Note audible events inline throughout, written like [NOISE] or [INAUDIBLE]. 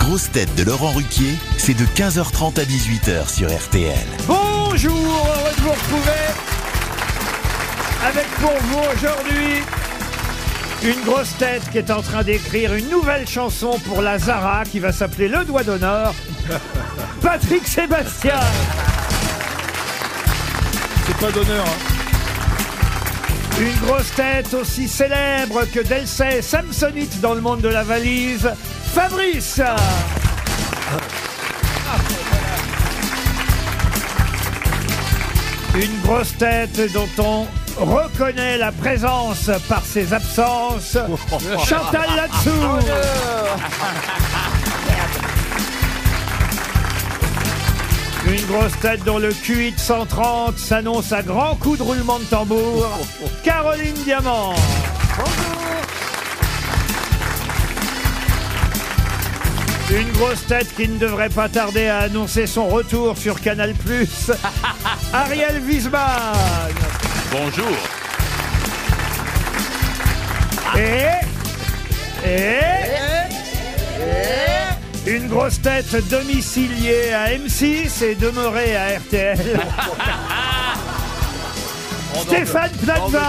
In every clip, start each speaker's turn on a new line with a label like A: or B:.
A: grosses têtes de Laurent Ruquier, c'est de 15h30 à 18h sur RTL.
B: Bonjour, heureux de vous retrouver avec pour vous aujourd'hui une grosse tête qui est en train d'écrire une nouvelle chanson pour la Zara qui va s'appeler Le
C: [LAUGHS]
B: Doigt d'honneur, Patrick Sébastien.
C: C'est pas d'honneur. hein.
B: Une grosse tête aussi célèbre que Delsey Samsonite dans le monde de la valise, Fabrice. Une grosse tête dont on reconnaît la présence par ses absences, Chantal Latsou. Une grosse tête dont le QI de 130 s'annonce à grands coups de roulement de tambour, Caroline Diamant. Une grosse tête qui ne devrait pas tarder à annoncer son retour sur Canal+, Ariel Wiesmann.
D: Bonjour.
B: Et... Et... Une grosse tête domiciliée à M6 et demeurée à
E: [LAUGHS]
B: RTL. Stéphane Plaza.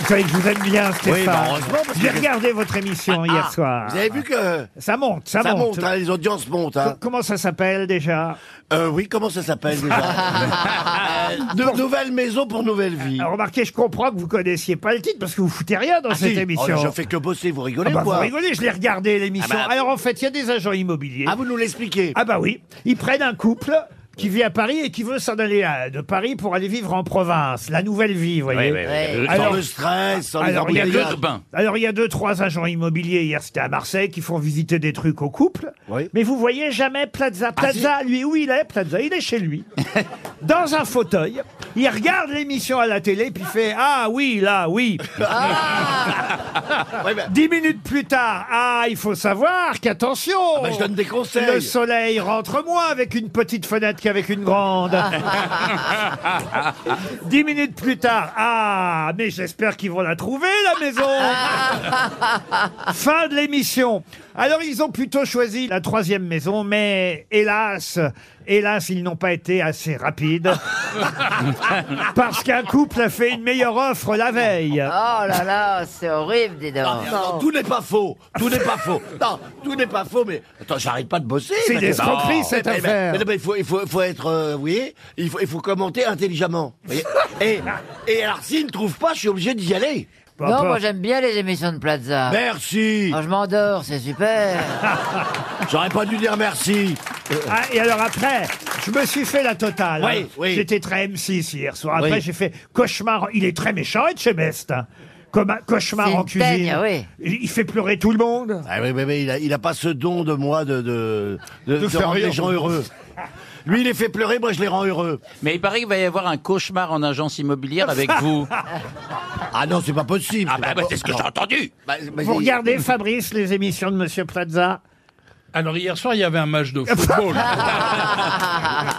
B: Vous savez que je vous aime bien, Stéphane.
E: bah, heureusement, parce que
B: J'ai
E: j'ai-
B: regardé votre émission
E: Ah,
B: hier
E: ah,
B: soir.
E: Vous avez vu que
B: Ça monte, ça,
E: ça
B: monte.
E: monte, hein, les audiences montent.
B: Co-
E: hein.
B: Comment ça s'appelle déjà
E: Euh, oui, comment ça s'appelle
B: [LAUGHS]
E: déjà Euh, De nouvelles maisons pour nouvelle vie.
B: Alors, Remarquez, je comprends que vous connaissiez pas le titre parce que vous foutez rien dans
E: Ah,
B: cette
E: si.
B: émission.
E: Oh, je fais que bosser, vous rigolez
B: Ah bah,
E: quoi
B: vous rigolez, je l'ai regardé l'émission.
D: Ah bah-
B: Alors en fait, il y a des agents immobiliers.
E: Ah, vous nous l'expliquez
B: Ah bah oui, ils prennent un couple qui vit à Paris et qui veut s'en aller à- de Paris pour aller vivre en province, la nouvelle vie, vous voyez.
E: Sans
B: alors-
E: le stress, sans
B: alors, il y
E: les
B: a
E: embouteillages.
D: deux bains.
B: Alors il y a deux trois agents immobiliers hier c'était à Marseille qui font visiter des trucs au couple.
E: Oui. Ah,
B: Mais vous voyez jamais Plaza. Plaza lui où il est Plaza il est chez
E: [LAUGHS]
B: lui dans un fauteuil. Il regarde l'émission à la télé puis il fait ah oui là oui.
E: Ouais, bah,
B: Dix minutes plus tard ah il faut savoir qu'attention.
E: bah, je donne des conseils.
B: Le soleil rentre moins avec une petite fenêtre qu'avec une grande.
E: [LAUGHS]
B: Dix minutes plus tard, ah, mais j'espère qu'ils vont la trouver, la
E: [LAUGHS]
B: maison. fin de l'émission. Alors, ils ont plutôt choisi la troisième maison, mais hélas, hélas, ils n'ont pas été assez
E: [LAUGHS]
B: rapides. parce qu'un couple a fait une meilleure offre la veille.
F: Oh là là, c'est horrible, dis donc.
E: Ah, Non, tout n'est pas faux, tout n'est pas faux. Non, tout n'est pas faux, mais attends, j'arrête pas de bosser.
B: C'est une
E: maintenant.
B: escroquerie, cette
E: Mais- mais-
B: affaire.
E: mais non, mais il faut, il faut, il faut être, euh, vous voyez, il faut, il faut commenter intelligemment. vous voyez. et, et alors, s'il ne trouve pas, je suis obligé d'y aller.
B: Peu
F: non,
B: importe.
F: moi j'aime bien les émissions de Plaza.
E: Merci.
F: Quand je m'endors, c'est super.
E: J'aurais pas dû dire merci.
B: Ah, et alors après, je me suis fait la totale.
E: Oui, oui.
B: J'étais très M6 hier soir. Après,
E: Oui.
B: j'ai fait cauchemar. Il est très méchant, Etchebest. hein. Comme un cauchemar
F: C'est
B: en
F: une
B: cuisine.
F: teigne, oui.
B: Il il fait pleurer tout le monde.
E: Ah oui, mais, mais il, a, il a pas ce don de moi de, de, de, de
C: faire
E: rendre
C: rire.
E: les gens heureux. Lui, il les fait pleurer, moi je les rends heureux.
D: Mais il paraît qu'il va y avoir un cauchemar en agence
B: [LAUGHS]
D: immobilière avec vous. Ah
E: Ah non, c'est pas possible. bah,
D: bah, bah, c'est ce que j'ai entendu.
B: Vous regardez, Fabrice, les émissions de Monsieur Plaza
G: Alors hier soir, il y avait un match de
B: [LAUGHS]
G: football.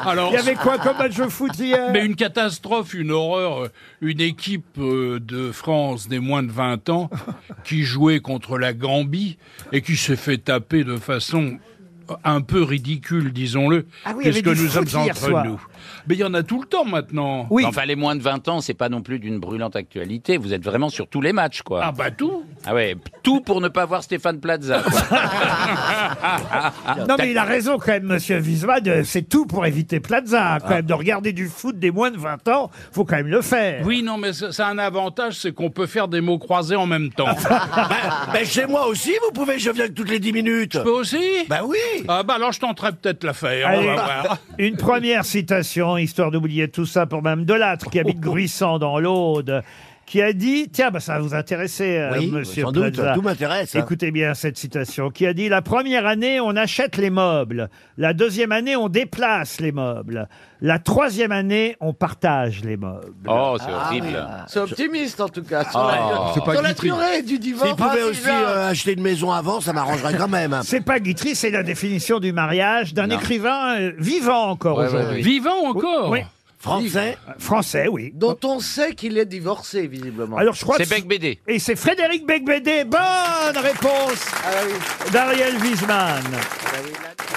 G: Alors,
B: Il y avait quoi comme match de foot hier
G: mais une catastrophe, une horreur, une équipe euh, de France des moins de
B: [LAUGHS]
G: 20 ans qui jouait contre la Gambie et qui s'est fait taper de façon euh, un peu ridicule, disons-le,
B: Ah oui, il y avait
G: puisque
B: du
G: nous sommes
B: foot hier
G: entre
B: soir.
G: nous. Mais il y en a tout le temps maintenant. Ah, bah,
B: Oui.
D: Enfin, les moins de 20 ans, c'est pas non plus d'une brûlante actualité. Vous êtes vraiment sur tous les matchs, quoi.
G: Ah
D: Ah,
G: bah tout.
D: ouais, tout pour ne pas voir Stéphane Plaza. quoi.
B: [LAUGHS] Non, mais il a raison quand même, Monsieur Wiesmann. euh, C'est tout pour éviter Plaza. hein, Quand même, de regarder du foot des moins de 20 ans, faut quand même le faire.
G: Oui, non, mais ça ça a un avantage, c'est qu'on peut faire des mots croisés en
B: [LAUGHS]
G: même temps.
E: Mais bah, chez moi aussi, vous pouvez, je viens que toutes les 10 minutes.
G: Toi aussi
E: Bah oui.
G: Ah bah alors je tenterai peut-être l'affaire. Ah, On
B: Allez,
G: va
B: [LAUGHS]
G: voir.
B: une première citation, histoire d'oublier tout ça pour Mme Delattre, qui habite Gruissant dans l'Aude, qui a dit, tiens, bah, ça va vous intéresser, euh,
E: Oui,
B: monsieur
E: sans doute,
B: Plaza.
E: tout m'intéresse. hein.
B: Écoutez bien cette citation, qui a dit, la première année, on achète les meubles. La deuxième année, on déplace les meubles. La troisième année, on partage les meubles.
D: Oh, c'est horrible.
B: Ah,
H: C'est optimiste en tout cas. Sur
D: Oh.
H: la,
C: C'est pas
H: sur la
C: Guitry.
H: durée du
E: S'il
H: divorce.
E: pouvait
H: Ah, si,
E: aussi
H: là.
E: euh, acheter une maison avant, ça m'arrangerait quand
B: [LAUGHS]
E: même. hein.
B: C'est pas Guitry, c'est la définition du mariage d'un écrivain euh, vivant encore aujourd'hui.
G: Vivant encore
B: Oui. euh,
I: Français
B: Français, oui.
E: Dont on sait qu'il est divorcé, visiblement.
B: Alors je crois
D: C'est
B: que-
D: Becbédé.
B: Et c'est Frédéric Becbédé. Bonne réponse
E: Ah oui.
B: d'Ariel Wiesman.